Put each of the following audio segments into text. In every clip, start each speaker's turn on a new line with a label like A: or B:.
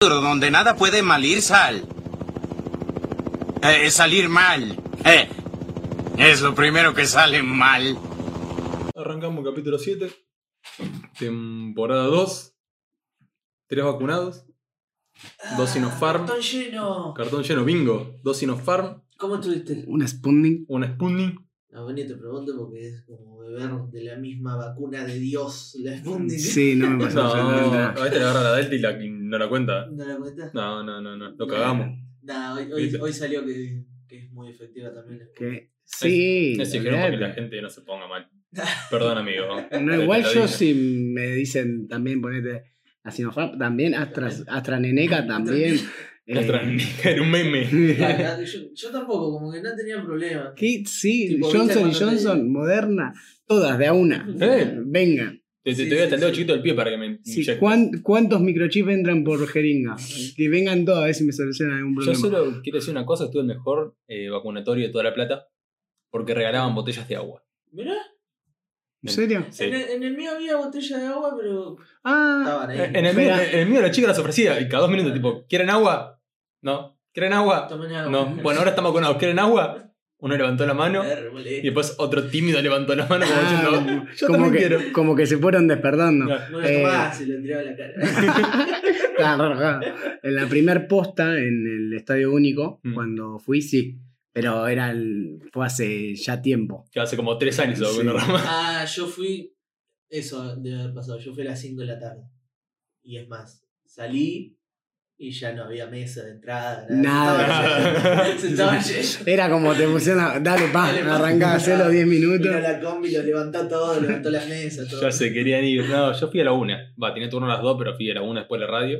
A: donde nada puede malir sal. Eh, salir mal. Eh, es lo primero que sale mal.
B: Arrancamos capítulo 7, temporada 2, 3 vacunados, 2
C: Ah,
B: Sinopharm,
C: Cartón lleno.
B: cartón lleno bingo, 2 Sinopharm,
C: ¿Cómo estuviste?
D: Una Spunding.
B: una Sputnik.
C: No, Benny, te pregunto porque es como beber de la misma vacuna de Dios, la Sputnik.
D: Sí, no me pasó
B: No,
D: absolutamente
B: a este le agarra la Delta y, la, y no la cuenta.
C: ¿No la cuentas?
B: No, no, no, no, lo cagamos.
C: Nah, hoy, hoy,
B: Viste.
C: hoy salió que, que es muy efectiva también la Sputnik.
D: Que- Sí,
B: Es dijeron para que la
D: olvidate.
B: gente no se ponga mal. Perdón, amigo.
D: no, igual
B: Te lo
D: yo
B: dije.
D: si me dicen también ponete a Sinopharm, también Astra, AstraNeneca también. eh,
B: Extra- Era un meme.
C: Ah, ah, yo, yo tampoco, como que no tenía problema.
D: que sí,
C: Tipo, ¿viste
D: Johnson
C: cuando te-
D: Johnson, Moderna, todas de a una.
B: Eh.
D: Venga,
B: Te, te,
C: Sí,
B: te voy
C: sí,
B: hasta el dedo
C: sí.
B: chiquito del pie para que me
D: si
B: inyectes.
D: cuán- ¿cuántos microchips entran por jeringa? Que vengan todas a ver si me solucionan algún
B: Yo
D: problema.
B: solo quiero decir una cosa, estuve el mejor eh, vacunatorio de toda la plata porque regalaban botellas de agua.
C: Mirá,
D: ¿En serio?
B: Sí.
C: en, el, en el mío había botella de agua, pero
D: Ah,
C: estaban ahí.
B: Eh, En el, mío,
D: Mira.
B: en el mío la chica las ofrecía y cada dos minutos tipo, ¿quieren agua? No. ¿Quieren agua?
C: Tomen agua.
B: No. Bueno, ahora estamos con agua. ¿Quieren agua? Uno levantó la mano
C: Eh, revolé.
B: y después otro tímido levantó la mano como
D: Ah,
B: diciendo, yo
D: como,
B: también
D: que,
B: quiero.
D: como que se fueron despertando.
C: No la
D: Eh.
C: tomás y la tiraba a la cara.
D: Está rajado. En la primer posta en el Estadio Único,
B: Mm.
D: cuando fui, sí. Pero era el- fue hace ya tiempo.
B: Que hace como tres años o
D: Sí.
B: una rama.
C: Ah, yo fui. Eso debe haber pasado. Yo fui a las 5 de la tarde. Y es más, salí y ya no había mesa de entrada.
D: Nada.
C: Se estaba lleno.
D: Era como te pusieron a- Dale, pa,
C: Dale, pa.
D: arrancá, hacé los 10
C: Vino
D: minutos.
C: la combi, lo levantó todo, levantó las mesas, todo.
B: Ya se querían ir. No, yo fui a la una. Va, tenía turno a las dos, pero fui a la una después de la radio.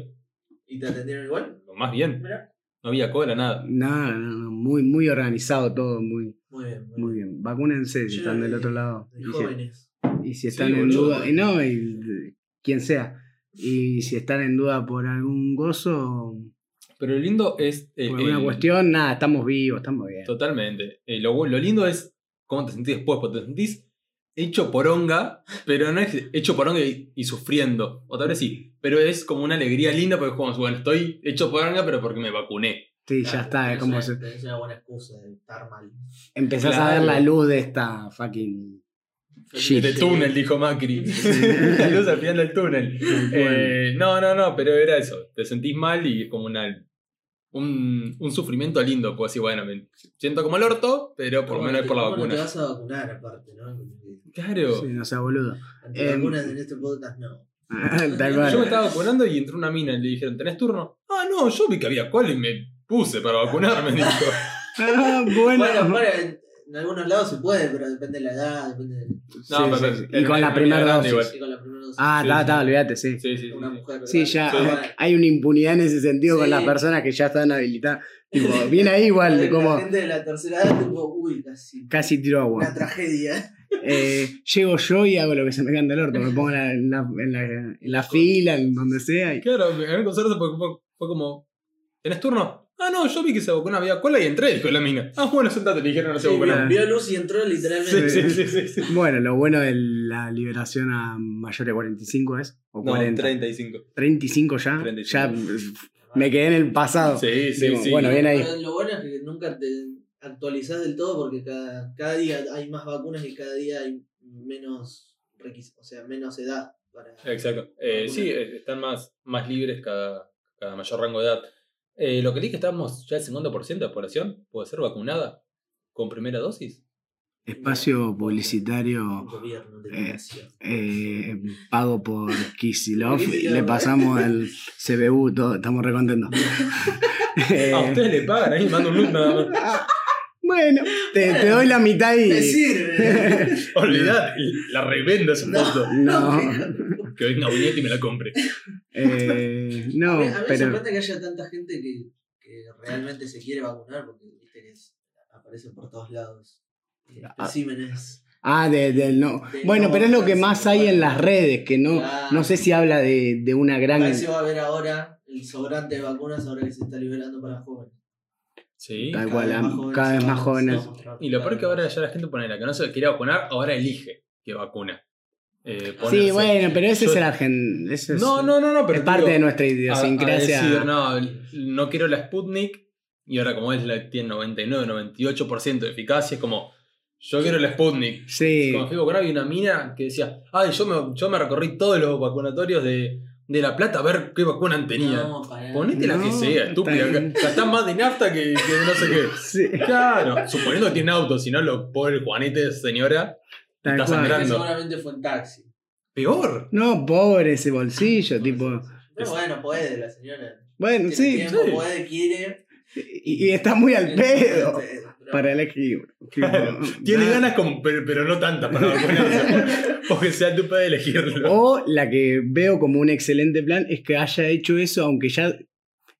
C: ¿Y te atendieron igual?
B: Lo Más bien.
C: Mirá.
B: No había cola, nada.
D: No, no, no, muy, muy organizado todo, muy,
C: Muy bien, muy,
D: muy
C: bien.
D: bien. Vacúnense si
C: Yo
D: están
C: de-
D: del otro lado.
C: De
D: Y si,
C: jóvenes.
D: y si
B: Sí,
D: están en
B: boludo.
D: duda, y no, y, quien sea. Y si están en duda por algún gozo,
B: Pero lo lindo es. eh,
D: por alguna
B: el-
D: cuestión, nada, estamos vivos, estamos bien.
B: Totalmente. Eh, lo, bu- lo lindo es cómo te sentís después, porque te sentís hecho poronga, pero no es hecho poronga y, y sufriendo. O tal vez sí, pero es como una alegría linda porque es como, bueno, estoy hecho poronga, pero porque me vacuné.
D: Sí, ya está, es como
C: Es
D: se-
C: una, tenés una buena excusa de estar mal.
D: empezás a
B: Claro.
D: ver la luz de esta fucking Sí.
B: De túnel, dijo Macri. La luz al final del túnel. Eh, no, no, no, pero era eso. Te sentís mal y es como una, un, un sufrimiento lindo. Pues así, bueno, me siento como el orto, pero por lo
C: ¿Cómo
B: menos
C: te-
B: es por la
C: cómo no te
B: vacuna.
C: vas a vacunar aparte, ¿no?
D: Em,
B: Claro.
D: Sí, no sea boludo.
C: Antivacunas en este podcast no.
D: Tal
B: Yo me
D: cual.
B: estaba vacunando y entró una mina y le dijeron, ¿tenés turno? Ah, no, yo vi que había cual y me puse para vacunarme, dijo.
D: Ah, bueno.
C: Bueno, bueno, en, en algunos lados se puede, pero depende de la edad, depende de.
D: Sí,
B: No,
D: sí,
B: pero-
D: sí. Y
B: pero
D: con
B: era
D: la
B: una mina
D: primera
B: grande
D: dosis.
B: igual.
C: Sí, con la primera dosis.
D: Ah,
B: Sí,
D: está,
B: sí.
D: está, olvídate, sí.
B: Sí, sí, sí.
C: Una
B: sí.
C: mujer,
D: Sí,
C: ¿verdad?
D: ya Ah,
B: Sí.
C: Bueno,
D: hay una impunidad en ese sentido con
C: Sí.
D: las personas que ya están habilitadas. Tipo, viene ahí igual, de
C: la
D: como
C: gente de la tercera edad, tipo, uy, casi.
D: casi tiro
C: Una
D: agua.
C: tragedia.
D: Eh, llego yo y hago lo que se me canta el orto. Me pongo en la, en la- en la- en la fila, en donde sea. y-
B: Claro, a mí me concerto porque fue, fue como, ¿tenés turno? Ah, no, yo vi que se vacunaba, había cola y entré, dijo la mina. Ah, bueno, sentate, le dijeron, no se
C: Sí,
B: vacunaron.
C: vio luz y entró literalmente.
B: Sí, sí, sí, sí, sí.
D: Bueno, lo bueno de la liberación a mayores de 45 es, o
B: No,
D: 40.
B: 35.
D: 35 ya.
B: 35.
D: Ya pf, me quedé en el pasado.
B: Sí, sí,
D: Ah, Digo,
B: sí.
D: Bueno, bien ahí.
C: Pero Lo bueno es que nunca te actualizás del todo porque cada, cada día hay más vacunas y cada día hay menos requisitos, o sea, menos edad para.
B: Exacto. Eh, sí, eh, están más, más libres cada, cada mayor rango de edad. Eh, lo que dije, estábamos ya el 50% de la población puede ser vacunada con primera dosis.
D: Espacio
C: Un
D: publicitario
C: gobierno de
D: Eh,
C: nación.
D: eh, pago por Kisilov.
C: Kisilov.
D: Le pasamos el CBU, todo, estamos recontentos. Eh,
B: Ah, ustedes le pagan, ahí mando un link nada más.
D: bueno, te, te doy la mitad y.
C: Me sirve.
B: Olvidad, la revendo esa foto.
D: No,
B: Que venga Buñete y me la compre.
D: eh,
C: A
D: no,
C: mí, a mí me
D: pero
C: sorprende que haya tanta gente que, que realmente se quiere vacunar porque viste que es- aparecen por todos lados eh,
D: Ah.
C: especímenes.
D: ah, de- del no.
C: Del
D: Bueno,
C: no,
D: pero es lo que
C: cáncer,
D: más hay en las redes, que no, no sé si habla de, de una gran.
C: Ahí se va a ver ahora el sobrante de vacunas ahora que se está liberando para jóvenes.
B: Sí.
D: Tal cual, am-
C: jóvenes
D: Ah, cada
C: se
D: vez
C: van-
D: más
C: se
D: jóvenes.
C: van a mostrar
B: Y lo peor que
C: cada
B: ahora
C: vez
B: ya la gente pone la que no se quería vacunar, ahora elige que vacuna. eh,
D: Sí,
B: ponerse.
D: bueno, pero ese
B: Yo-
D: es el argentino. Ese es,
B: No, no, no, no, pero
D: es parte
B: digo,
D: de nuestra
B: a- a
D: idiosincrasia.
B: decir, no, no quiero la Sputnik y ahora como es la tiene 99, 98% de eficacia, es como yo quiero la Sputnik.
D: sí.
B: Cuando fui a Coral, vi una mina que decía, ay, yo me, yo me recorrí todos los vacunatorios de, de La Plata a ver qué vacunan tenía.
E: No, pará.
B: Ponete la que
D: No,
B: sea, estúpida.
D: está
B: Está,
D: bien.
B: más de nafta que, que de no sé qué.
D: Sí,
B: Claro, suponiendo que tiene auto, si no, lo pobre Juanete, señora,
D: tal
B: Está
D: cual.
B: sangrando.
E: Que seguramente fue en taxi.
B: peor.
D: No, pobre ese bolsillo, tipo.
C: Pero bueno, puede la señora.
D: Bueno,
C: Tiene
D: sí.
C: tiempo,
B: sí.
C: puede, quiere.
D: Y, y está muy al pedo
C: Pero-
D: para elegir.
B: Tiene
D: Nah.
B: ganas, como, pero, pero no tantas para vacunarse. Porque sea tu padre elegirlo.
D: O la que veo como un excelente plan es que haya hecho eso, aunque ya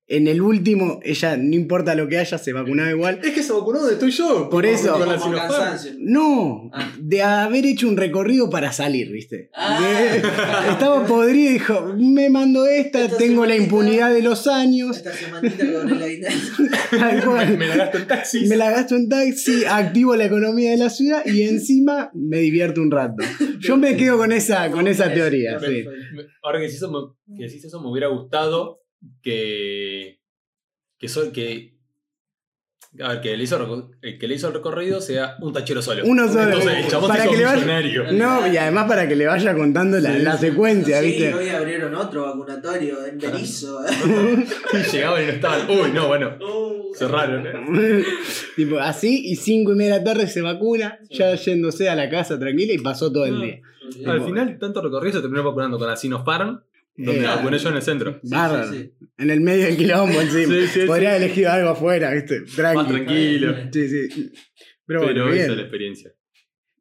D: en el último, ella no importa lo que haya, se vacunaba igual.
B: Es que se vacunó donde estoy yo.
D: Por eso.
B: Con la
E: Como
B: Sinopharm.
E: cansancio.
D: No,
E: Ah.
D: de haber hecho un recorrido para salir, ¿viste?
E: Ah.
D: De- estaba podrido y dijo, me mando esta,
C: Esta
D: tengo la
C: semanita-
D: impunidad de los años,
C: Esta semanita con el aguinaldo.
D: tal
B: Me,
D: cual.
B: me la gasto en taxis.
D: Me la gasto en taxi, activo la economía de la ciudad y encima me divierto un rato. Yo me quedo con esa, con esa teoría. sí.
B: Me- Ahora que decís eso, me, que decís eso, me hubiera gustado que. Que soy. Que, a ver, que le, hizo, reco- el que le hizo el recorrido sea un tachero solo.
D: Uno solo.
B: Entonces, el chabón
D: Para
B: se hizo
D: que le vaya-
B: millonario.
D: No, y además para que le vaya contando la, la secuencia,
C: Sí,
D: ¿viste?
C: hoy abrieron otro vacunatorio en Berizo.
B: Y llegaban y no estaban. Uy, no, bueno. Cerraron. ¿eh?
D: tipo, así, y cinco y media de la tarde se vacuna, ya yéndose a la casa tranquila y pasó todo el
B: No.
D: día.
B: Al final, tanto recorrido se terminó vacunando con la Sinopharm, donde
D: Eh,
B: la vacuné yo en el centro.
D: Bárbaro. En el medio del quilombo encima.
B: Sí, sí, sí.
D: Podría haber elegido algo afuera, ¿viste? Tranqui.
B: Más tranquilo.
D: Sí, sí. Pero,
B: Pero,
D: bueno,
B: esa es
D: bien.
B: la experiencia.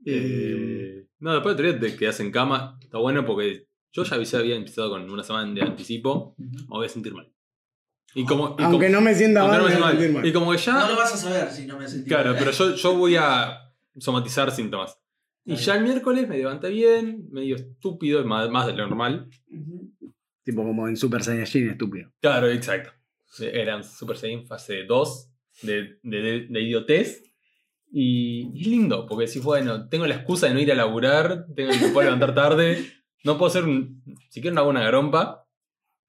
D: Eh,
B: Eh, no, después de te quedas en cama. Está bueno porque yo ya avisé, había empezado con una semana de anticipo. Me voy a sentir mal. Y como, y
D: aunque
B: como-
D: no me sienta
B: aunque
D: mal,
B: no me
D: me voy a
B: sienta
D: sentir
B: mal.
D: mal.
B: Y como que ya.
C: No lo vas a saber si no me sentí.
B: claro,
C: mal.
B: pero yo, yo voy a somatizar síntomas. Y ya el miércoles me levanté bien, medio estúpido, más, más de lo normal.
C: Ujú.
D: Tipo como en Super Saiyajin, estúpido.
B: Claro, exacto. Eran Super Saiyan fase 2 de, de, de- de idiotez. Y y es lindo, porque decís, bueno, tengo la excusa de no ir a laburar, tengo que puedo levantar tarde, no puedo hacer un, siquiera una buena garompa,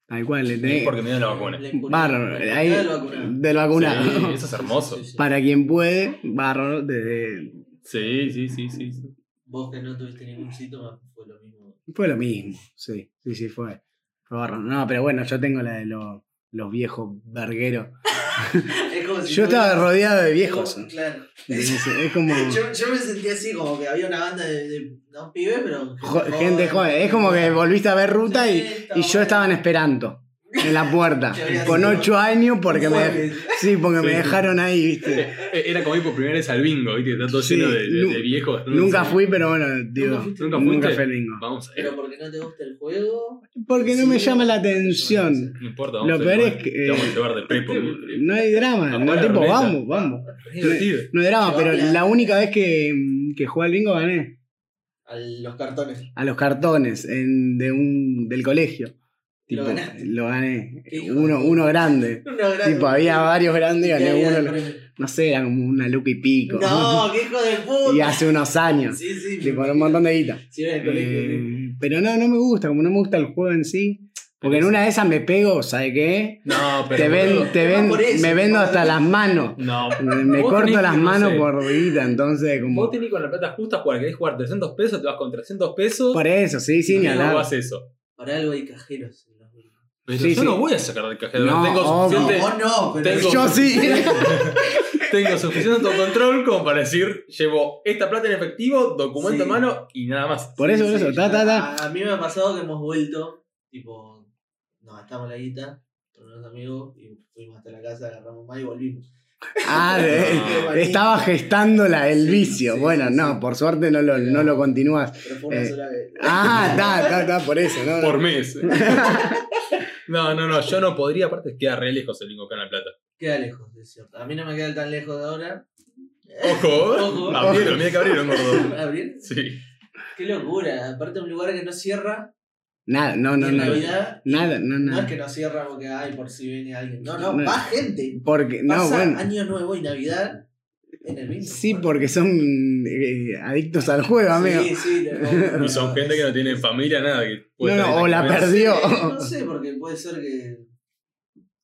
D: Tal cual, le
B: es
D: tenés.
B: porque me dio la vacuna.
C: Le curí-
D: Bárbaro.
C: le
D: Ahí,
C: curí al vacunado.
D: del vacunado.
B: Sí, eso es hermoso.
C: Sí, sí, sí.
D: Para quien puede, bárbaro, desde.
B: Sí, sí, sí, sí. sí.
C: Vos que no tuviste ningún síntoma, fue lo mismo.
D: Fue lo mismo, sí, sí, sí, fue. Fue bárbaro. No, pero bueno, yo tengo la de los, los viejos vergueros.
C: Es como si
D: Yo estaba
C: fuera-
D: rodeado de viejos.
C: Como- Claro.
D: Es, es como.
C: Yo, yo me sentí así, como que había una banda de, de no pibes, pero.
D: jo- gente joven. Es como que volviste a ver ruta y, y yo estaba en esperanto. En la puerta. Con ocho años porque me. Sí, porque me
B: Sí.
D: dejaron ahí, viste.
B: Eh, Era como ir por primera vez al bingo, ¿viste? Está todo
D: Sí,
B: lleno de, de-
D: nu-
B: de viejos.
D: Nunca fui, pero bueno, digo.
C: fuiste?
B: Nunca fuiste.
D: Nunca fui al bingo.
B: Vamos a
C: Pero
B: ir.
C: porque no te gusta el juego.
D: Porque no
C: Sí,
D: me llama la
C: no te llama la
D: atención.
C: atención.
B: No importa, vamos
D: Lo
B: a
D: peor
B: llevar-
D: es que,
B: te vamos a
D: eh,
B: llevar de prepo.
D: No hay drama, no,
B: Apagar la
D: tipo,
B: ruleta.
D: vamos, vamos.
B: Es divertido.
D: No hay drama, pero
C: Llevarla.
D: la única vez que, que jugué al bingo gané.
C: A los cartones.
D: a los cartones en- de un, del colegio. Tipo,
C: Lo ganaste.
D: lo gané.
C: Qué hijo
D: Uno,
C: de-
D: uno grande.
C: Una gran-
D: Tipo, había varios grandes,
C: ¿Qué
D: gané
C: había
D: uno.
C: de-
D: No sé, era como una luca y pico.
C: No, qué hijo de puta.
D: y hace unos años.
C: Sí, sí.
D: tipo, era un montón de guita.
C: Sí, era el colegio. sí.
D: Eh, pero no, no me gusta, como no me gusta el juego en sí. Porque en una de esas me pego, ¿sabes qué?
B: No, pero.
D: te ven,
B: boludo.
D: te
C: No,
D: ven,
C: por eso,
D: me vendo hasta
C: boludo.
D: las manos.
B: No,
D: Me
B: Vos
D: corto
B: tenés
D: las
B: que, no
D: manos
B: sé.
D: por guita, entonces
B: Vos
D: como...
B: tenés con la plata justa jugar, querés jugar 300 pesos, te vas con 300 pesos.
D: Por eso, sí, sí, ni
B: no
D: hablar.
B: hagas eso.
C: Para algo hay cajeros. en los juegos.
B: Pero
D: Sí,
B: yo
D: sí.
B: no voy a sacar del cajero.
D: No,
B: tengo,
D: obvio.
C: No,
B: suficiente,
C: vos no, pero.
B: tengo-
D: Yo sí.
B: tengo suficiente autocontrol como para decir, llevo esta plata en efectivo, documento
C: Sí.
B: en mano y nada más.
D: Por
C: Sí,
D: eso, por
C: sí,
D: eso. Ta,
C: ya.
D: ta, ta.
C: A, a mí me ha pasado que hemos vuelto, tipo, nos gastamos la guita con unos amigos y fuimos hasta la casa, agarramos más y volvimos.
D: Ah, de-
C: No.
D: estaba gestando la- el
C: Sí,
D: vicio.
C: sí,
D: bueno,
C: sí,
D: no,
C: sí.
D: por suerte no lo, no lo continúas.
C: Pero fue una
D: Eh,
C: sola vez.
D: Ah, está, está, está, por eso, ¿no?
B: Por mes. no, no, no, yo no podría, aparte queda re lejos el bingo acá en la plata.
C: Queda lejos, es cierto. A mí no me queda tan lejos de ahora.
B: Ojo,
C: Ojo.
B: abrieron, mira que abrieron, gordo.
C: ¿Abrir?
B: Sí.
C: Qué locura. Aparte, un lugar que no cierra
D: Nada, no, no,
C: en
D: no.
C: Navidad.
D: Nada, no,
C: No es
D: nada.
C: que no cierra porque, ay, por si viene alguien. No, no,
D: No.
C: va gente.
D: Porque, no,
C: Pasa
D: bueno.
C: Año Nuevo y Navidad. En el mismo.
D: Sí, porque son eh, adictos al juego, amigo.
C: Sí, sí,
B: Y son gente que no tiene familia, nada. Que
D: No, no,
B: traer
D: o la
B: cabeza.
D: perdi- perdió.
C: Eh, No sé, porque puede ser que,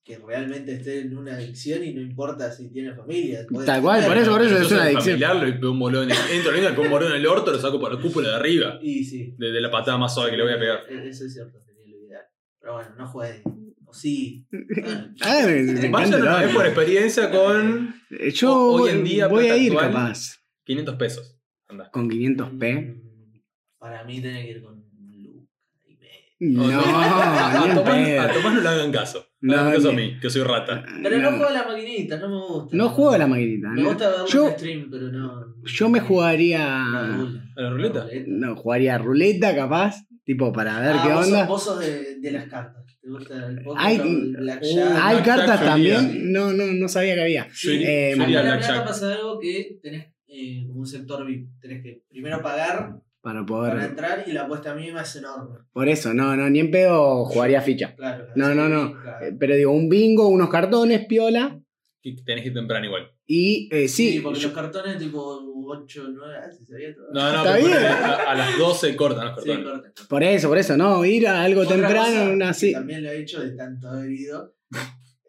C: que realmente esté en una adicción y no importa si tiene familia. puede
D: Tal cual, por eso, por eso
B: Yo
D: es
B: soy
D: una adicción.
B: familiar, le pego un bolón en el, entro en el, con un bolón en el orto, lo saco por la cúpula de arriba.
C: Y sí.
B: De, de la patada más suave que le voy a pegar.
C: E- Eso es cierto, sería lo ideal. Pero bueno, no juegues. O sí. Bueno,
D: Ah, me- me encanta
B: Vayan
D: el
B: a ver
D: orden.
B: por experiencia con
D: Yo
B: Hoy
D: voy,
B: en día,
D: voy a
B: plata
D: ir
B: actual.
D: capaz
B: 500 pesos. Anda.
D: con 500p.
C: mm, Para mí tiene que ir con Luca y medio.
D: No,
B: no.
D: ni
B: a,
D: en
B: Tomás,
D: pedo.
B: a Tomás no le hagan caso. No le
D: No,
B: hagan caso a
D: ni-
B: mí, que soy rata.
C: Pero no,
D: No,
C: juego a la maquinita, no me gusta.
D: no juego a la maquinita.
C: Me
D: ¿no?
C: gusta verlo
D: Yo-
C: en stream, pero no.
D: Yo me jugaría.
C: No, ruleta.
B: ¿A la ruleta?
D: No, jugaría ruleta capaz. Tipo para ver
C: Ah,
D: qué
C: vos sos-
D: onda.
C: Vos sos de, de las cartas. ¿Te gusta el póker
D: Hay-
C: o el
B: Uh,
C: blackjack?
B: Ah,
D: ¿Hay
B: Blackjack
D: cartas
B: sería.
D: también? No, no, no sabía que había.
B: Yo iría-
D: Eh,
B: yo
C: Acá en
B: iría
C: La
B: al
C: Plata
B: Blackjack.
C: pasa algo que tenés eh, como un sector VIP. Tenés que primero pagar
D: Para
C: para
D: poder.
C: entrar y la apuesta mínima es enorme.
D: Por eso, no, no, ni en pedo jugaría ficha.
C: Claro.
D: No,
C: así
D: no,
C: que,
D: no.
C: claro.
D: Eh, Pero digo, un bingo, unos cartones, piola.
B: Que Tenés que ir temprano igual.
D: Y eh,
C: Sí,
D: sí,
C: porque
D: yo-
C: los cartones tipo 8, 9, ah, se sabía todo.
B: No, no,
D: Está
B: pero
D: bien.
B: A, a las 12 cortan los
C: sí,
B: cortones.
C: corta.
D: por eso, por eso, no, ir a algo
C: Otra cosa
D: temprano,
C: que
D: una sí.
C: También lo he hecho de tanto haber ido.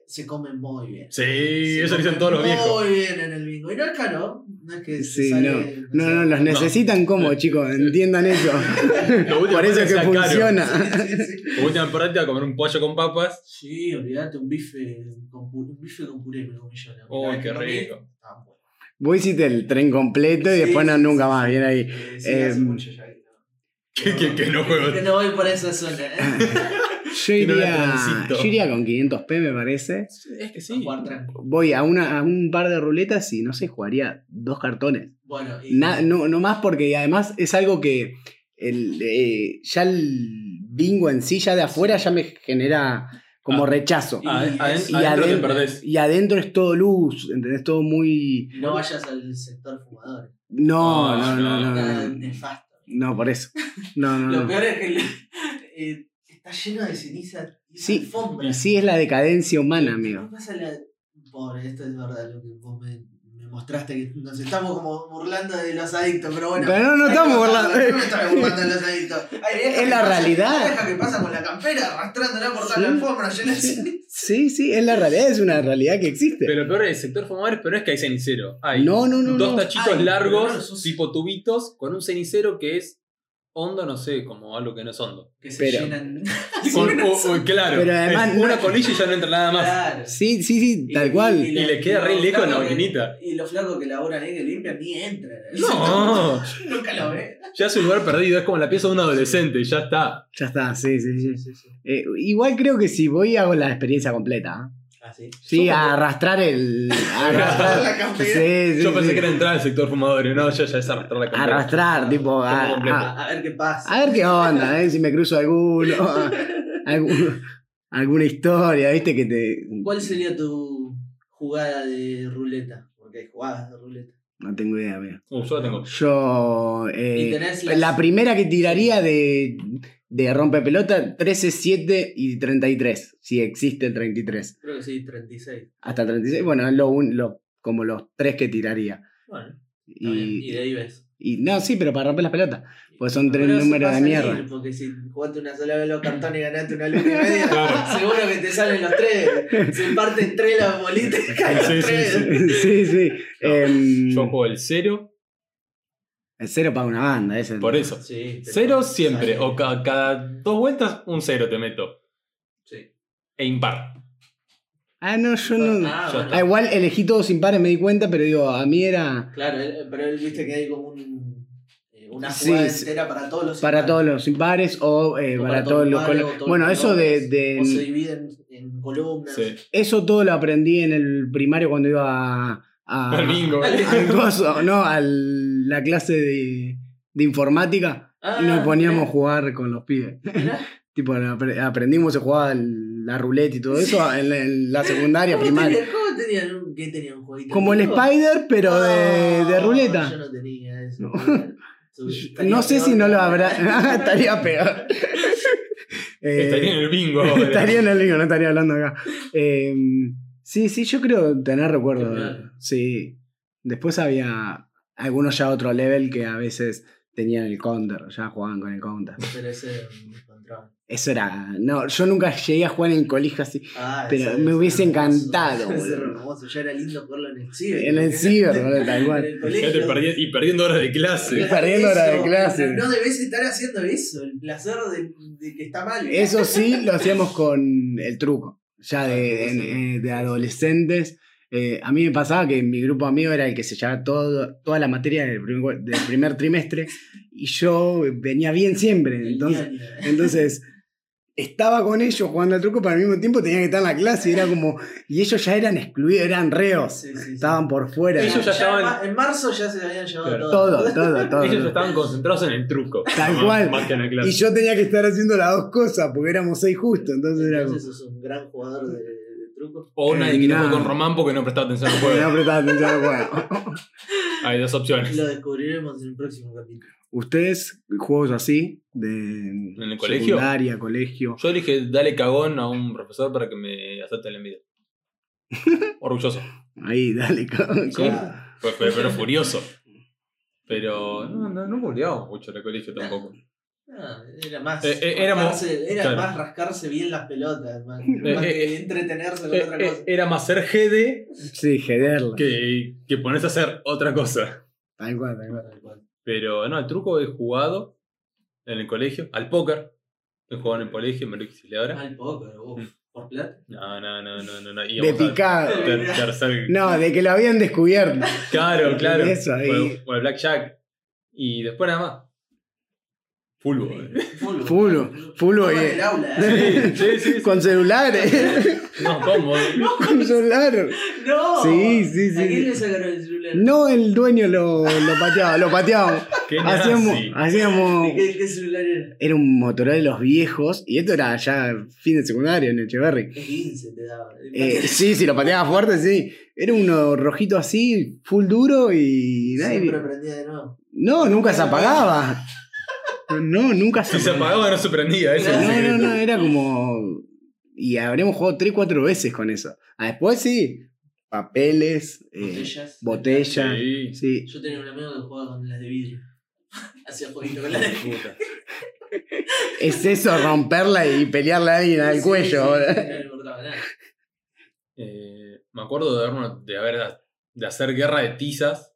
C: Se comen muy bien.
B: Sí,
C: Se
B: eso lo dicen
C: comen
B: todos los viejos.
C: Muy bien en el bingo. Y no es caro. No es que se
D: Sí,
C: sale,
D: no.
C: sé,
D: No, no, los necesitan como, chicos, entiendan eso.
B: Lo último
D: Por eso es que
B: sea caro.
D: funciona.
C: Sí, sí, sí.
B: Lo último en práctica, comer un pollo con papas.
C: Sí, olvídate, un bife con, pu- un bife con puré me comí yo. la
B: Uy,
C: primera vez
B: qué
C: que comí,
B: rico.
C: estaba bueno.
D: Vos hiciste el tren completo
C: Sí,
D: y después no,
C: sí,
D: nunca
C: sí,
D: más,
C: sí.
D: bien ahí.
C: Eh, sí,
D: Eh,
C: hace mucho ya que no.
B: Que, que, que no juego.
C: Que no voy por esa zona. ¿eh?
D: Yo
B: Y no la
D: iría,
B: transito.
D: yo iría con 500p, me parece.
B: Es que
C: A
B: sí.
C: jugar tranqui.
D: Voy a, una, a un par de ruletas y no sé, jugaría dos cartones.
C: Bueno, y,
D: Na- no, no más porque además es algo que el, eh, ya el bingo en sí, ya de afuera, ya me genera como
B: Ah.
D: rechazo.
C: Y
B: Ah, aden-
C: es-
D: Y
B: adentro te
D: adentro-
B: perdés.
D: Y adentro es todo luz, ¿entendés? Todo muy...
C: y no vayas al sector fumador.
D: No,
B: No,
C: Ah,
D: no,
B: no.
D: no, no.
C: Está
D: Ah, No, no,
C: nefasto.
D: No, por eso. No, no,
C: Lo
D: no.
C: peor es que le- eh, está lleno de ceniza y
D: Sí,
C: alfombra.
D: Y sí es la decadencia humana, amigo.
C: ¿Qué pasa la... Pobre, esto es verdad lo que vos me, me mostraste, que nos estamos como burlando de los adictos, pero bueno.
D: Pero no, no
C: Ay,
D: estamos burlando.
C: No me estás burlando de los adictos. Ay, deja
D: Es
C: que
D: la
C: pasa-
D: realidad.
C: Deja que pasa con la campera arrastrándola por toda la
D: Sí.
C: alfombra llena de ceniza.
D: Sí, sí, es la realidad, es una realidad que existe.
B: Pero lo peor del sector fumadores, pero no es que hay cenicero. Hay
D: Este, No, no, no,
B: dos
D: no.
B: tachitos
C: Ay,
B: largos,
C: no, eso-
B: tipo tubitos, con un cenicero que es hondo, no sé, como algo que no es hondo.
C: Que
D: Pero-
C: llenan.
B: Con- o- o- claro,
D: Pero además
B: es
D: no-
B: una colilla y ya no entra nada más.
C: Claro.
D: Sí, sí, sí,
C: Y-
D: tal cual.
B: Y le queda re
C: los
B: lejos la
C: flacos que-
B: maquinita.
C: Y los flacos que laburan ahí que limpian ni entran.
B: No,
C: Nunca lo ven.
B: ya es un lugar perdido, es como la pieza de un adolescente, ya está.
D: Ya está, sí, sí, sí. Eh, igual creo que si voy hago la experiencia completa. ¿eh?
C: Así.
D: Sí, a arrastrar el. a arrastrar.
C: Ah, La campera.
D: Sí, sí,
B: Yo pensé
D: sí.
B: que era entrar al sector fumadores, no, ya, ya es arrastrar la campera.
D: Arrastrar, tipo. A,
B: Todo completo.
D: a-
C: A, a ver qué pasa.
D: a ver qué onda, eh, si me cruzo alguno. a- algún- alguna historia, viste, que te.
C: ¿Cuál sería tu jugada de ruleta? Porque hay jugadas de ruleta.
D: No tengo idea, mira.
B: Uh, yo la tengo.
D: Yo. eh,
C: y tenés las-
D: la primera que tiraría de. De rompepelota, 13, 7 y 33. Si existe el 33.
C: Creo que sí, 36.
D: Hasta 36. Bueno, es lo, un- lo- como los tres que tiraría.
C: Bueno, está bien. y,
D: Y,
C: de ahí ves.
D: y- no, sí, pero para romper las pelotas. Pues son tres
C: Pero se
D: números de
C: pasa
D: mierda.
C: bien, Porque si jugaste una sola vez los cartones y ganaste una luz y media,
B: Claro.
C: seguro que te salen los tres. Se parten tres las bolitas y caen los
B: Sí, sí,
C: tres.
B: sí.
D: sí, sí. Em,
B: Yo juego el cero,
D: el cero para una banda, ese.
B: por eso.
C: Sí, pero-
B: Cero siempre,
C: Sale.
B: o ca- cada dos vueltas un cero te meto.
C: Sí.
B: E impar.
D: Ah, no, yo no.
C: Ah,
B: Ya
C: bueno.
D: Ah, igual elegí todos impares, me di cuenta, pero digo, a mí era
C: Claro, él- pero él viste que hay como un, eh, una
D: Sí,
C: jugada
D: sí.
C: entera para todos los
D: para
C: impares.
D: todos los impares o eh,
C: O
D: para, todos los
C: pares,
D: colo-
C: o todos
D: Bueno,
C: los
D: eso de,
C: colores,
D: de-
C: O se dividen en columnas.
B: Sí.
D: eso todo lo aprendí en el primario cuando iba a, a-
B: Al bingo.
D: al coso, no, a la clase de, de informática
C: Ah,
D: y nos poníamos a
C: mirá,
D: jugar con los pibes.
C: mirá.
D: Tipo, apre- aprendimos a jugar al- la ruleta y todo eso en la, en la secundaria,
C: ¿Cómo
D: primaria.
C: tenían- ¿Cómo tenían un, qué tenían un jueguito?
D: Como el
C: antiguo?
D: Spider, pero de, de
C: No, Yo
D: ruleta.
C: no tenía eso.
D: No.
C: Su- estaría
D: No sé
C: peor
D: si no
C: que
D: lo
C: ahora.
D: habrá. ah, estaría peor. Eh,
B: Estaría en el bingo.
D: estaría Em, en el bingo, no estaría hablando acá. Eh, sí, sí, yo creo tener recuerdo.
C: Qué raro.
D: Sí. Después había algunos ya otro level que a veces tenían el counter, ya jugaban con el counter.
C: Pero ese mm, encontraba.
D: Eso era. No, yo nunca llegué a jugar en el colegio así.
C: Ah,
D: Pero
C: ese
D: me
C: es
D: hubiese
C: hermoso.
D: encantado,
C: Ese es
D: boludo.
C: hermoso, ya era lindo verlo en el ciber.
D: En el ciber, boludo,
C: En
D: tal
C: el
D: cual.
B: Ya te
C: colegio.
B: perdí- y perdiendo horas de clase.
D: Perdiendo hora de
C: Eso,
D: clase.
C: No debes estar haciendo eso, el placer de, de que está mal.
D: Eso sí, lo hacíamos con el truco, ya de, en- eh, de adolescentes. Eh, a mí me pasaba que mi grupo amigo era el que se llevaba todo, toda la materia del primer, del primer trimestre y yo venía bien siempre. Entonces, entonces estaba con ellos jugando al truco, pero al mismo tiempo tenía que estar en la clase y era como. Y ellos ya eran excluidos, eran reos,
C: Sí, sí, sí.
D: estaban por fuera.
B: Ellos ya
C: en
B: estaban-
C: ma- En marzo ya se habían llevado
B: Claro.
D: Todo, todo, todo.
B: Ellos estaban concentrados en el truco.
D: Tal
B: más-
D: cual.
B: Más que en la clase.
D: Y yo tenía que estar haciendo las dos cosas porque éramos seis justo, entonces era como.
C: Entonces sos un gran jugador de, de trucos.
B: O nadie que no fue
D: Nah.
B: con Román porque no prestaba atención al
D: No
B: juego.
D: prestaba atención al juego.
B: Hay dos opciones.
C: Lo descubriremos en el próximo capítulo.
D: ¿Ustedes juegos así? De
B: el colegio?
D: secundaria, colegio.
B: Yo le dije, dale cagón a un profesor para que me acepte el envidia. Orgulloso.
D: Ahí, dale. con-
B: Sí.
D: con-
B: Fue- fue- pero furioso. Pero no, no, no boleábamos mucho en el colegio tampoco.
C: Ah, era más,
B: Eh, eh, éramos-
C: rascarse, era
B: claro.
C: más rascarse bien las pelotas, man.
B: Eh,
C: más
B: eh,
C: que entretenerse con
B: Eh,
C: otra
B: eh,
C: cosa.
B: era más ser GD
D: Sí, jederla.
B: que, que ponerse a hacer otra cosa.
D: Tal cual, tal cual.
B: Pero no, el truco he jugado en el colegio, al póker. He jugado en el colegio, me lo quise
D: Ah.
B: ahora.
C: Mal poco, uf, por plata.
B: No, no, no, no, no. no.
D: De
B: íbamos a-
D: picado.
B: ter- tercer-
D: No, de que lo habían descubierto.
B: Claro, claro.
D: Eso ahí.
B: O el, o el Blackjack. Y después nada más. Fútbol.
C: Fulo.
D: Fulo, fulo,
C: Toma
D: eh.
C: del aula, eh.
B: Sí, sí, sí.
D: Con celular, ¿eh?
B: No, ¿cómo?
D: Con celular.
C: No.
D: Sí, sí, sí,
C: ¿A quién
D: sí.
C: le sacaron el celular?
D: No, el dueño lo, lo pateaba, lo pateaba.
B: Qué
D: Hacíamos,
B: nazi.
D: hacíamos.
C: ¿Qué, qué celular era?
D: Era un motorol de los viejos. Y esto era ya fin de secundario en Echeverry.
C: El 15 te daba.
D: Eh, sí, sí, lo pateaba fuerte, sí. Era uno rojito así, full duro y.
C: Siempre prendía de nuevo.
D: No, nunca se apagaba. No, nunca se
B: Si se
D: apagaba.
B: apagaba no se prendía. Eso es el
D: No, no,
B: secreto.
D: no, era como. Y habríamos jugado 3, 4 veces con eso. Ah, después sí, papeles, eh,
C: Botellas.
D: botella.
B: Sí.
D: Sí.
C: Yo tenía un amigo que jugaba con las de vidrio. Hacía jueguito con las de vidrio.
D: Es eso, romperla y pelearla a alguien al
C: Sí,
D: cuello.
C: sí, sí, no le importaba nada.
B: Eh, me acuerdo de, haber una- de, haber, de hacer guerra de tizas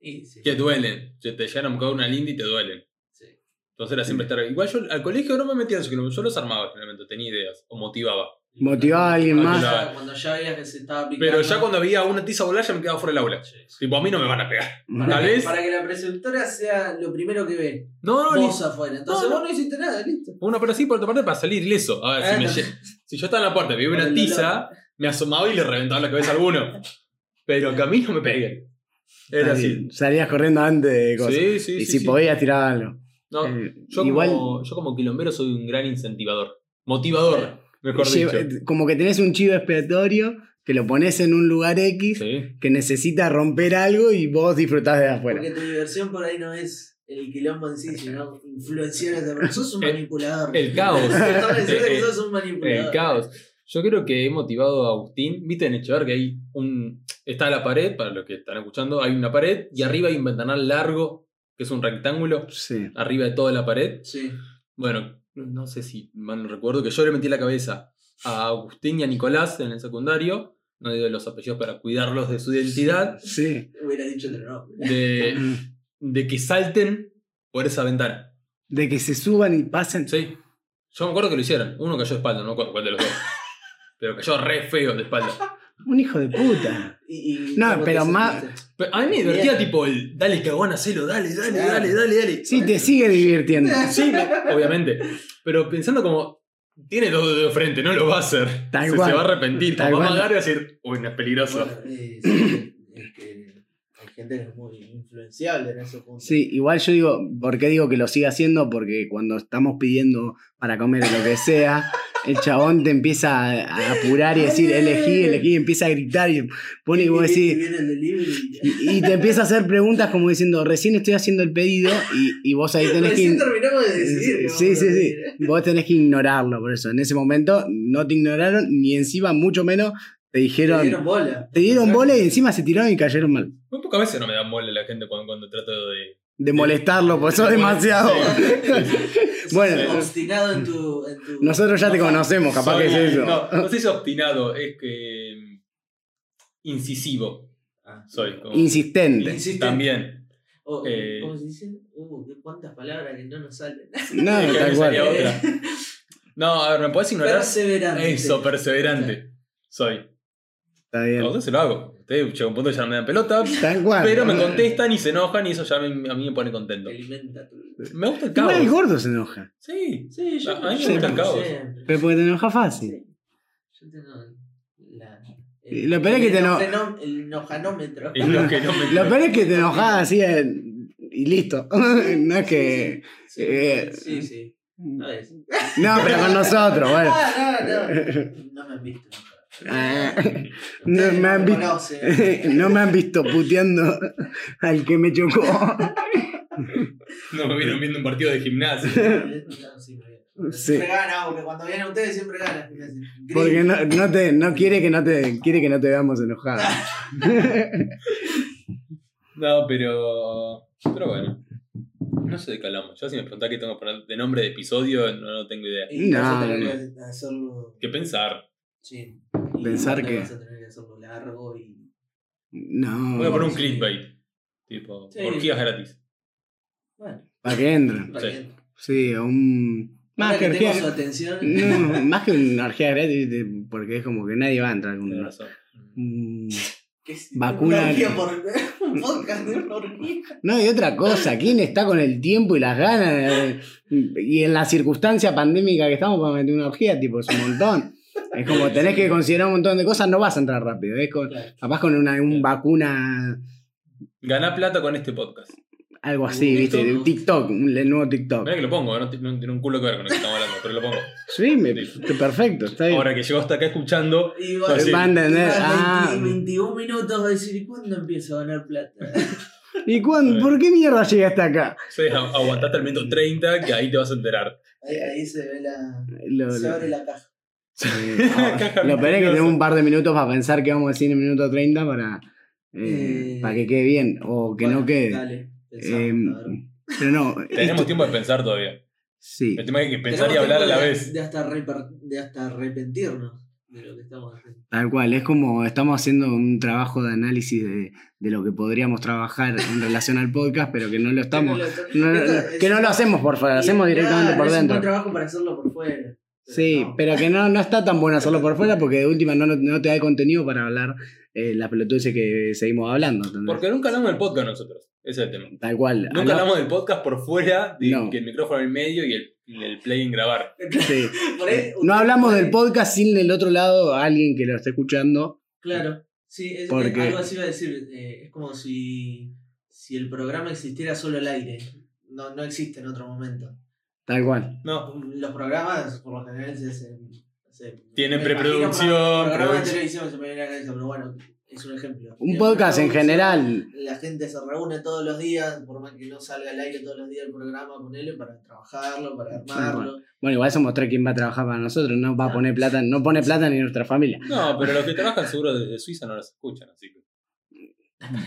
C: Y sí,
B: que duelen. Se te llegan a buscar una linda y te duelen.
C: sí.
B: Entonces era siempre estar. Igual yo al colegio no me metía en eso, que no- yo los armaba generalmente, tenía ideas o motivaba.
D: Motivaba a alguien
B: más.
C: Cuando- Cuando ya veías que se estaba picando.
B: Pero ya cuando había una tiza volar ya me quedaba fuera del aula.
C: Sí, sí.
B: Tipo, a mí no me van a pegar.
C: Para
B: Tal
C: que-
B: vez-
C: Para que la preceptora sea lo primero que ve.
B: No, no,
C: vos afuera. Entonces
B: No, no.
C: vos no hiciste nada, listo.
B: Una pero sí, por otra parte, para salir ileso. A ver,
C: Ah,
B: si, me
C: no.
B: lle- si yo estaba en la puerta y vi
C: Con
B: una
C: el
B: tiza, me asomaba y le reventaba la cabeza a alguno. Pero que a mí no me peguen. Era así.
D: Salías corriendo antes de cosas.
B: Sí, sí,
D: y
B: sí,
D: si
B: sí.
D: podías tirar algo.
B: No,
D: Eh,
B: yo,
D: igual.
B: como, yo como quilombero soy un gran incentivador. Motivador, mejor
D: Lleva- eh,
B: dicho.
D: como que tenés un chivo expiatorio que lo pones en un lugar X
B: Sí.
D: que necesita romper algo y vos disfrutás de afuera.
C: Porque tu diversión por ahí no es el quilombo en sí, sino influenciar a esa persona. Sos un
B: El-
C: manipulador.
B: el caos.
C: Estamos diciendo que
B: Eh,
C: sos un manipulador.
B: El caos. Yo creo que he motivado a Agustín. Viste en Echever que hay un. Está la pared, para los que están escuchando, hay una pared y arriba hay un ventanal largo, que es un rectángulo,
D: Sí.
B: arriba de toda la pared.
C: Sí.
B: Bueno, no sé si mal no recuerdo que yo le metí la cabeza a Agustín y a Nicolás en el secundario. No digo los apellidos para cuidarlos de su identidad.
D: Sí.
C: Hubiera dicho otro nombre.
B: De, de que salten por esa ventana.
D: De que se suban y pasen.
B: Sí. Yo me acuerdo que lo hicieron. Uno cayó de espalda, no me acuerdo cuál de los dos. Pero cayó re feo de espalda.
D: Un hijo de puta.
C: Y, y
D: No,
C: ¿cómo te
D: pero más-
C: sentiste?
B: Pero a mí me divertía tipo el dale cagón, hacelo, dale, dale, dale, dale, dale.
D: Sí, te sigue divirtiendo.
B: Sí, me- obviamente. Pero pensando como, tiene dos dedos de frente, no lo va a hacer.
D: Tal
B: se,
D: cual.
B: se va a arrepentir.
D: Tal
B: va a
D: cual.
B: agarrar y va a decir, uy, no es peligroso.
C: Bueno, eh, sí, es que hay gente que es muy influenciable en esos puntos.
D: Sí, igual yo digo, ¿por qué digo que lo sigue haciendo? Porque cuando estamos pidiendo para comer o lo que sea, el chabón te empieza a, a apurar y decir, elegí, elegí, y empieza a gritar y pone y vos
C: Y- y- y
D: decís,
C: viene el delivery.
D: y, y te empieza a hacer preguntas como diciendo, recién estoy haciendo el pedido y, y vos ahí tenés que...
C: Recién
D: in-
C: terminamos de decidir.
D: Sí, sí, sí,
C: ¿eh?
D: Vos tenés que ignorarlo, por eso. En ese momento no te ignoraron, ni encima mucho menos Te
C: Te
D: dijeron.
C: dieron bola.
D: Te dieron
B: Exacto.
D: bola y encima se tiraron y cayeron mal.
B: Muy pocas veces no me dan mole la gente cuando, cuando trato de.
D: De molestarlo, pues sos demasiado. Bueno,
C: Obstinado en tu. En tu
D: nosotros ya te
C: No,
D: conocemos, capaz
B: Soy-
D: que es eso.
B: No, no soy obstinado, es que. mm, incisivo.
C: Ah.
B: Soy como.
D: Insistente.
C: Insistente.
B: También.
C: O-
B: Eh.
C: ¿Cómo se dice? Uh, qué cuántas palabras que no nos salen.
D: No,
B: Es que
D: tal
B: me salía
D: cual.
B: otra. No, a ver, ¿me podés ignorar?
C: Perseverante.
B: Eso, perseverante. Soy.
D: Está
B: A
D: bien.
B: ustedes se lo hago. Ustedes llega un punto que ya no me dan pelota.
D: Tal cual.
B: Pero me contestan y se enojan y eso ya me- a mí me pone contento.
C: Te alimenta tu.
B: Me gusta el
D: Igual el
B: caos.
D: gordo se enoja.
B: Sí.
C: Sí, yo
B: Ah, A- a mí me
C: yo-
B: gustan
C: yo-
B: cabos.
C: siempre.
D: Pero porque te enoja fácil.
C: Sí. Yo tengo la.
D: Y lo peor es que te eno-
C: enojano- El enojanómetro.
B: Es lo que no me
D: Lo peor es que te enojás así en- y listo. No es que.
C: Sí,
D: eh,
C: sí, sí. A
D: No,
C: ver.
D: pero con nosotros, bueno.
C: Ah, no, no. No me han visto.
D: Ah,
C: Ustedes
D: No me han
C: me
D: visto.
C: conocen.
D: No me han visto puteando al que me chocó.
B: No me vieron viendo un partido de gimnasia.
C: No, sí, me-
D: Sí.
C: Siempre gana, porque cuando vienen ustedes siempre gana. Gris.
D: Porque no, no te, no quiere que no te quiere que no te veamos enojado.
B: No, pero. Pero bueno. No sé de qué hablamos. Yo si me preguntás qué tengo que poner de nombre de episodio, no, no tengo idea.
C: Y
D: No,
C: vas a
D: no,
C: tener que hacerlo.
B: ¿Qué pensar?
C: Sí.
D: Pensar que-
C: Vas a tener que hacerlo largo y.
B: Voy a
D: No,
B: poner un clickbait. Tipo,
C: Sí.
B: orgías gratis.
C: Bueno,
D: para que entren.
C: para
B: Sí.
C: que-
D: Sí, un más
C: Ahora
D: que,
C: que tengo su
D: orgía-
C: atención.
D: no, más que una orgía gratis, de- porque es como que nadie va a entrar con
B: Tenés
D: una.
B: razón.
D: Mm,
C: que es
D: Vacuna-
C: Una orgía por. Un podcast de una orgía.
D: No, y otra cosa, ¿quién está con el tiempo y las ganas? de- y en la circunstancia pandémica que estamos para meter una orgía, tipo, es un montón. Es como tenés que considerar un montón de cosas, no vas a entrar rápido. Es con,
C: Claro.
D: capaz con una un vacuna,
B: Ganá plata con este podcast.
D: algo así,
C: Un
D: ¿viste?
C: TikTok.
D: Un TikTok, un el nuevo TikTok.
B: Mirá que lo pongo, ¿eh? no, t- no tiene un culo que ver con lo que estamos hablando, pero lo pongo.
D: Sí, me-
B: Sí.
D: perfecto, está bien.
B: Ahora que llegó hasta acá escuchando,
C: Y
D: Va
B: sí.
D: a entender.
C: Ah.
D: Ah,
C: 21 minutos a decir, ¿y cuándo empiezo a ganar plata?
D: ¿Y cuán- por qué mierda llega hasta acá?
B: soy, a- aguantaste al minuto 30, que ahí te vas a enterar.
C: Ahí, ahí se ve la.
D: Lo,
C: Se
D: lo-
C: abre la caja.
D: sí. Ah, lo peor es que tenemos un par de minutos para pensar que vamos a decir en el minuto 30 para, eh,
C: Eh,
D: para que quede bien o que
C: Bueno,
D: no quede.
C: Dale,
D: Eh,
C: pensamos, a ver.
D: pero no,
B: Tenemos
D: esto-
B: tiempo de pensar todavía.
D: sí.
B: El tema es que hay que pensar
C: Tenemos
B: y hablar a
C: tiempo
B: la
C: de-
B: vez.
C: De hasta, reper- de hasta arrepentirnos de lo que estamos haciendo.
D: Tal cual, es como estamos haciendo un trabajo de análisis de, de lo que podríamos trabajar en relación al podcast, pero que no lo estamos,
C: Que
D: no-
C: no
D: no-
C: lo-
D: no- que no lo hacemos por fuera, lo hacemos
C: Y,
D: directamente
C: claro,
D: por
C: Es un buen
D: dentro.
C: trabajo para hacerlo por fuera.
D: Sí,
C: no.
D: pero que no, no está tan bueno hacerlo por fuera porque de última no, no te da el contenido para hablar eh, las pelotudeces que seguimos hablando. ¿entendés?
B: Porque nunca hablamos del podcast nosotros. Ese es el tema.
D: Tal cual.
B: Nunca
D: habla-
B: hablamos del podcast por fuera de
D: No.
B: que el micrófono en el medio y el, y el play en grabar.
D: sí.
C: Por ahí-
D: No hablamos del podcast sin del otro lado alguien que lo esté escuchando.
C: Claro, sí, es,
D: Porque-
C: es- algo así iba a decir. eh, es como si, si el programa existiera solo al aire. No, no existe en otro momento.
D: Tal cual.
B: No.
C: Los programas, por lo general, se hacen. se-
B: Tienen
C: me
B: preproducción,
C: imagino pro- Programas de
B: producción.
C: televisión se me viene a la cabeza, pero bueno, es un ejemplo.
D: Un
C: Tienen
D: podcast en
C: preproducción,
D: general.
C: La gente se reúne todos los días, por más que no salga al aire todos los días el programa, ponele para trabajarlo, para armarlo.
D: Bueno, igual eso mostrar quién va a trabajar para nosotros. No va a poner plata, no pone plata ni nuestra familia.
B: No, pero los que trabajan seguro desde Suiza no los escuchan, así que.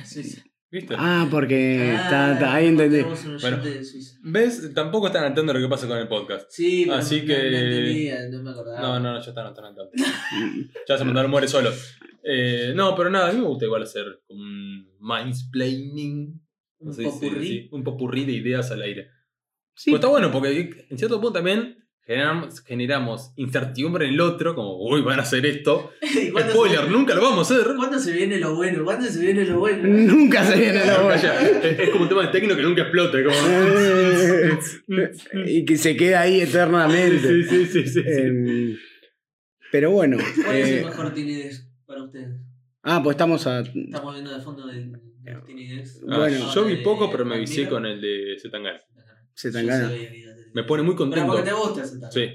C: Sí, sí.
B: ¿Viste?
D: Ah, porque está, está- ahí
C: Ah,
D: entendí.
C: tenemos un oyente
B: Bueno.
C: de Suiza.
B: ¿Ves? Tampoco están al tanto de lo que pasa con el podcast.
C: Sí, pero
B: Así
C: no-
B: que-
C: no, entendía, no me acordaba.
B: No, no, no, ya están, están al tanto. Ya se mandaron muere solo. Eh, no, pero nada, a mí me gusta igual hacer un mindsplaining.
C: Un
B: no sé si-
C: popurrí.
B: sí, un popurrí de ideas al aire. Pero
D: Sí,
B: Pues está bueno porque en cierto punto también generamos, generamos incertidumbre en el otro, como, uy, van a hacer esto.
C: ¿Y cuándo
B: Spoiler,
C: se-
B: nunca lo vamos a hacer.
C: ¿Cuándo se viene lo bueno? ¿Cuándo se viene lo bueno?
D: nunca se viene la
B: Pero
D: boya.
B: calla, es, es como un tema de técnico que nunca explota. Como...
D: y que se queda ahí
B: sí,
D: eternamente.
B: sí, sí, sí.
D: Em, pero bueno.
C: ¿Cuál es
D: eh,
C: el mejor Tinidez para ustedes?
D: ah, pues estamos a.
C: Estamos viendo de fondo del del Tinidez.
B: Ah,
D: Eh, bueno.
B: yo vi poco, pero me vicié con el de Zetangana.
D: Se tan gana.
B: Me pone muy
C: Pero
B: contento.
C: porque te gusta ese tango.
B: Sí,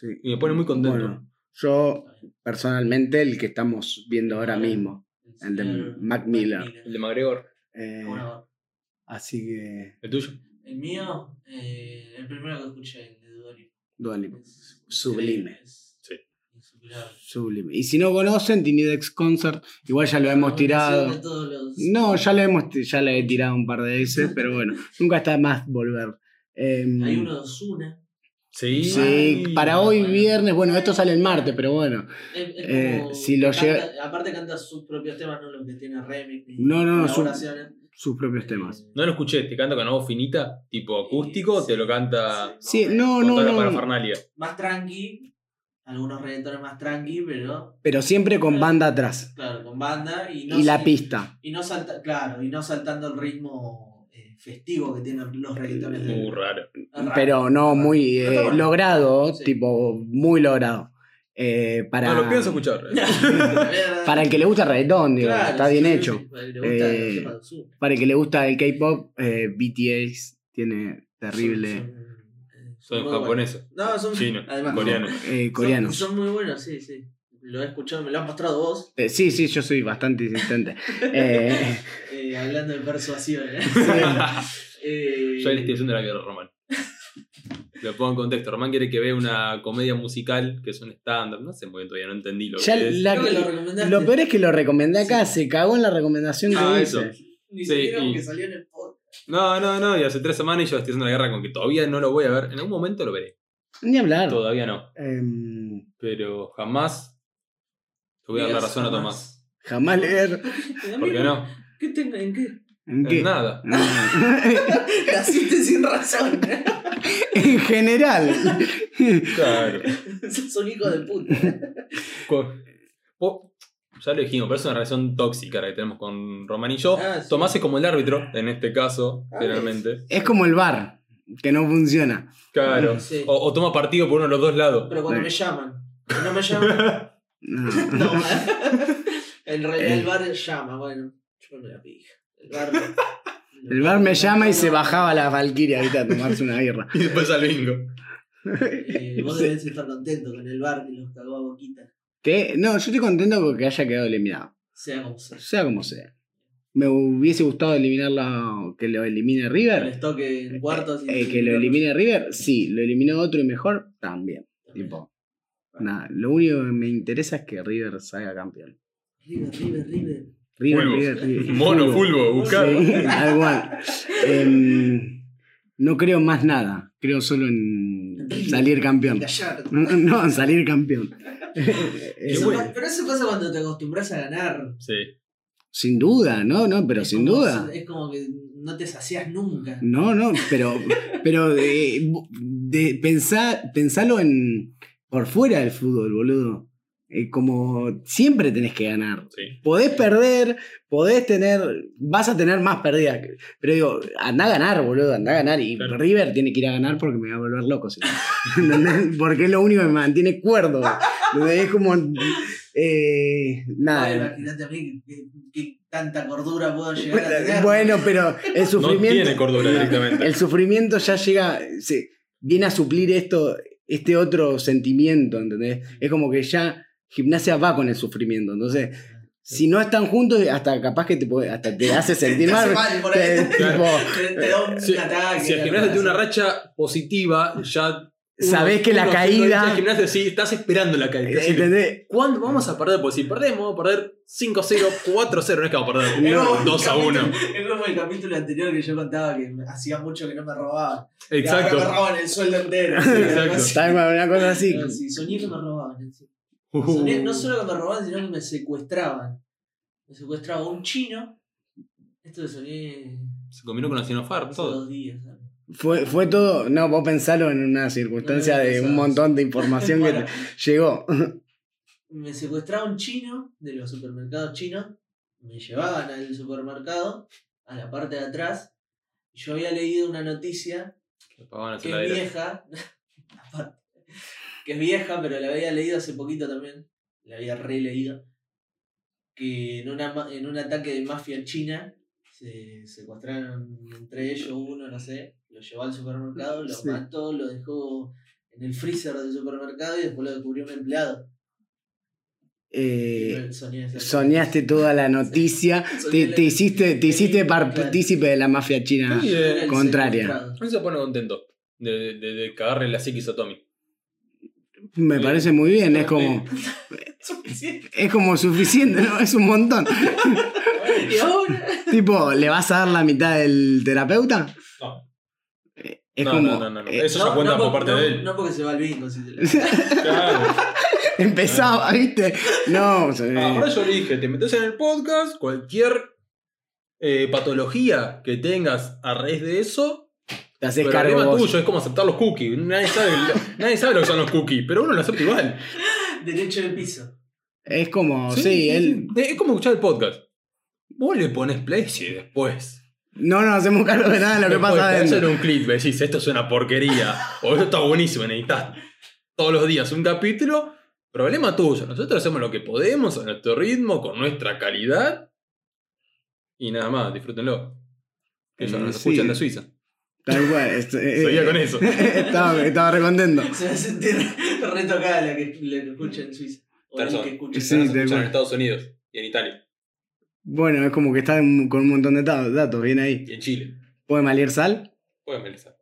D: Sí.
B: y me pone muy contento.
D: Bueno, yo personalmente, el que estamos viendo ahora mismo. el de
C: señor
D: Mac Miller.
B: El de McGregor,
D: Eh,
C: Bueno,
D: así que.
B: el tuyo.
C: el mío, eh, el primero que escuché, el de Duolio.
D: Dualipa. Sublime.
C: Es-
B: Sí.
C: es superar.
D: Sublime. Y si no conocen, Tinidex Concert, igual ya lo hemos
C: De
D: tirado.
C: todos los-
D: No, ya lo hemos ti- ya la he tirado un par de veces, pero bueno, nunca está de más volver. Em,
C: Hay uno de Osuna.
B: Sí.
D: Sí, para hoy
C: bueno.
D: viernes, bueno, esto sale el martes, pero bueno.
C: Es, es
D: Eh,
C: como-
D: si lo
C: canta- Aparte canta sus propios temas, no los que tiene remix. ni
D: No, no, no, su-
C: colaboraciones. Eh,
D: Sus propios temas.
B: No lo escuché, te canta con voz finita, tipo acústico,
C: Sí,
B: te lo canta
D: Sí, no,
B: con
D: no,
B: toda la
D: no.
B: parafernalia.
C: Más tranqui. Algunos reggaetones más tranqui, pero
D: Pero siempre con banda atrás.
C: claro, con banda. Y, no
D: Y la
C: si-
D: pista.
C: Y no salta, claro, y no saltando el ritmo eh, festivo que tienen los reggaetones. de-
B: Muy Uh, raro.
C: Raro.
D: Pero no muy
C: Pero
D: eh,
C: está bueno.
D: logrado,
C: Sí.
D: tipo, muy logrado. Eh, para,
B: No lo pienso escuchar.
D: para el que le gusta el reggaetón, digo,
C: Claro,
D: está bien
C: sí,
D: hecho.
C: sí, para el que le gusta,
D: Eh,
C: lo sepa, su-
D: Para el que le gusta el K-pop, eh, BTS tiene terrible
C: Son, son, eh,
B: Soy
C: muy
B: japonés,
C: buenos. No, son
B: chino,
C: además,
B: coreano.
D: eh,
C: son-
D: coreano.
C: Son, muy buenos, sí, sí. Lo he escuchado, me lo has mostrado vos,
D: Eh, sí, sí, yo soy bastante insistente. Eh,
C: eh, hablando de persuasión. ¿eh? Eh,
B: Yo ahí le estoy haciendo la guerra a Román. Lo pongo en contexto. Román quiere que vea una comedia musical que es un estándar. No sé muy bien, todavía no entendí lo
D: ya
B: que es.
D: la-
C: creo que lo recomendaste.
D: lo peor es que lo recomendé acá, se cagó en la recomendación que
B: Ah,
D: hice.
C: Ni
B: sí,
C: siquiera
B: y-
C: porque salió en el podcast.
B: No, no, no. Y hace tres semanas yo estoy haciendo la guerra con que todavía no lo voy a ver. En algún momento lo veré.
D: Ni hablar.
B: Todavía no.
D: Em,
B: Pero jamás te voy a dar la
C: Digas
B: razón a
C: jamás.
B: Tomás.
D: jamás leer.
C: A mí
B: ¿Por qué no?
C: ¿Qué tengo? ¿En qué?
D: ¿En qué?
B: En nada.
C: Naciste sin razón.
D: ¿eh? en general.
B: Claro.
C: Sos un hijo de puta.
B: Co- po- Ya lo dijimos, pero es una relación tóxica la que tenemos con Román y yo.
C: Ah, sí.
B: Tomás es como el árbitro, en este caso,
C: Ah,
B: generalmente.
D: es como el bar, que no funciona.
B: Claro.
C: Sí.
B: O, o toma partido por uno de los dos lados.
C: Pero cuando me llaman. Si no me llaman,
D: No.
C: no. ¿eh? En realidad
D: Eh.
C: el bar llama, bueno. Yo me la pija. El bar,
D: El bar me llama y se bajaba la Valkyria ahorita a tomarse una birra.
B: Y después al bingo.
C: Eh, vos debés estar contento con el bar que los cagó a boquita.
D: Te- no, yo estoy contento porque haya quedado eliminado.
C: Sea como sea.
D: Sea como sea. Me hubiese gustado eliminarla, que lo elimine
C: Que
D: River.
C: les toque en cuartos. y-
D: Eh, que lo elimine River, sí. Lo eliminó otro y mejor, también. Tipo, nada, lo único que me interesa es que River salga campeón.
C: River, River, River.
D: River,
B: Fulvo.
D: River, River.
B: Mono, fulvo, buscar.
D: Sí, tal cual. Em, no creo en más nada, creo solo en salir campeón.
C: Gallardo.
D: No, en salir campeón.
C: Eso
D: Eso,
B: bueno.
C: pa- Pero eso pasa cuando te acostumbras a ganar.
B: Sí.
D: sin duda, no, no, pero
C: Es
D: sin
C: como-
D: duda.
C: Es como que no te sacias nunca.
D: No, no, pero, pero eh, de, pensá- pensalo en por fuera del fútbol, boludo. Eh, como siempre tenés que ganar.
B: Sí.
D: Podés perder, podés tener, vas a tener más pérdidas. que- Pero digo, anda a ganar, boludo, anda a ganar. Y
B: Claro.
D: River tiene que ir a ganar porque me va a volver loco. si no. ¿Entendés? porque es lo único que me mantiene cuerdo. Es como... eh,
C: Ay,
D: nada.
C: Imagínate a mí que, que tanta cordura puedo llegar a tener.
D: Bueno, pero el
B: No
D: sufrimiento...
B: tiene cordura directamente.
D: El sufrimiento ya llega, se, viene a suplir esto, este otro sentimiento, ¿entendés? Es como que ya gimnasia va con el sufrimiento, entonces, si no están juntos, hasta capaz que te, puede- hasta te hace sentir
C: te hace
D: mal.
C: mal por
D: te-
C: ahí.
D: tipo,
C: Te, te da un
B: Si,
C: ataque.
B: si el gimnasio tiene una racha positiva, ya.
D: Sabés que la
B: El
D: caída, Eh,
B: gimnasio sí, estás esperando la caída. Es decir,
D: ¿entendés?
B: ¿Cuándo vamos a perder? Pues si perdemos, vamos a perder 5-0, 4-0. No es que vamos a perder
D: No,
B: 2 a 1.
C: Es como el capítulo anterior que yo contaba que me- hacía mucho que no me robaban. Y ahora
B: Exacto.
C: Me robaban el sueldo entero.
B: Exacto.
D: Tal cual, Una cosa así.
C: Pero sí, soñé que me robaban. sí.
B: Uh,
C: Soñé- no solo que me robaban, sino que me secuestraban. Me secuestraba un chino. Esto lo soñé
B: se combinó con la Sinofar,
C: hace
B: todo.
C: dos días. ¿sabes?
D: Fue, fue todo, no, vos pensalo en una circunstancia de un montón de información que
C: Bueno,
D: te- llegó.
C: me secuestraba un chino de los supermercados chinos, me llevaban al supermercado, a la parte de atrás, y yo había leído una noticia
B: Apagaban las
C: que es
B: heladeras.
C: vieja, aparte, que es vieja, pero la había leído hace poquito también, la había releído, que en, una, ma- en un ataque de mafia china se secuestraron entre ellos uno, no sé, lo llevó al supermercado, lo
D: Sí.
C: mató, lo dejó en el freezer del supermercado y después lo descubrió un empleado.
D: Eh,
C: Soñé esa-
D: soñaste toda la noticia, te, te hiciste, te hiciste partícipe de la mafia china.
B: Sí, eh,
C: El
D: Contraria.
C: secuestrado.
B: Él se pone contento de, de, de cagarle la psiquis a Tommy.
D: Me parece muy bien, es como,
C: Suficiente.
D: es como suficiente, ¿no? Es un montón.
C: Y ahora.
D: Tipo, ¿le vas a dar la mitad del terapeuta?
B: No.
D: Es
B: No,
D: como.
B: no, no, no, no.
D: eh,
B: Eso ya cuenta por
C: por-
B: parte
C: no-
B: de él.
C: No porque se va al bingo. Si te la-
B: Claro.
D: empezaba, ¿viste? No, eh,
B: Ah, Ahora yo le dije, te metes en el podcast, cualquier eh, patología que tengas a raíz de eso,
D: te haces
B: pero
D: cargo
B: problema
D: vos.
B: tuyo es como aceptar los cookies. Nadie sabe, nadie sabe lo que son los cookies, pero uno lo acepta igual.
C: Derecho de piso.
D: Es como, sí, él.
B: sí. Es como escuchar el podcast. Vos le pones play y después.
D: No nos hacemos cargo de nada de lo que
B: después
D: pasa
B: te hacen
D: adentro.
B: un clip, decís, esto es una porquería. o esto está buenísimo, necesitas todos los días un capítulo. Problema tuyo. Nosotros hacemos lo que podemos a nuestro ritmo, con nuestra calidad. Y nada más, disfrútenlo. Que ellos
D: Eh,
B: nos
D: sí.
B: escuchan de Suiza.
D: Tal cual. es- eh,
B: Seguía con eso.
D: estaba, estaba re contento.
C: Se va a sentir retocada la que, la que escucha en Suiza. O la
B: Tarzán.
C: que escucha.
D: Sí,
B: Nos
D: tal
B: escuchan
D: cual.
B: en Estados Unidos y en Italia
D: Bueno, es como que está en- con un montón de ta- datos, bien ahí.
B: y en Chile.
D: ¿Puede malir sal?
B: Pueden pensar.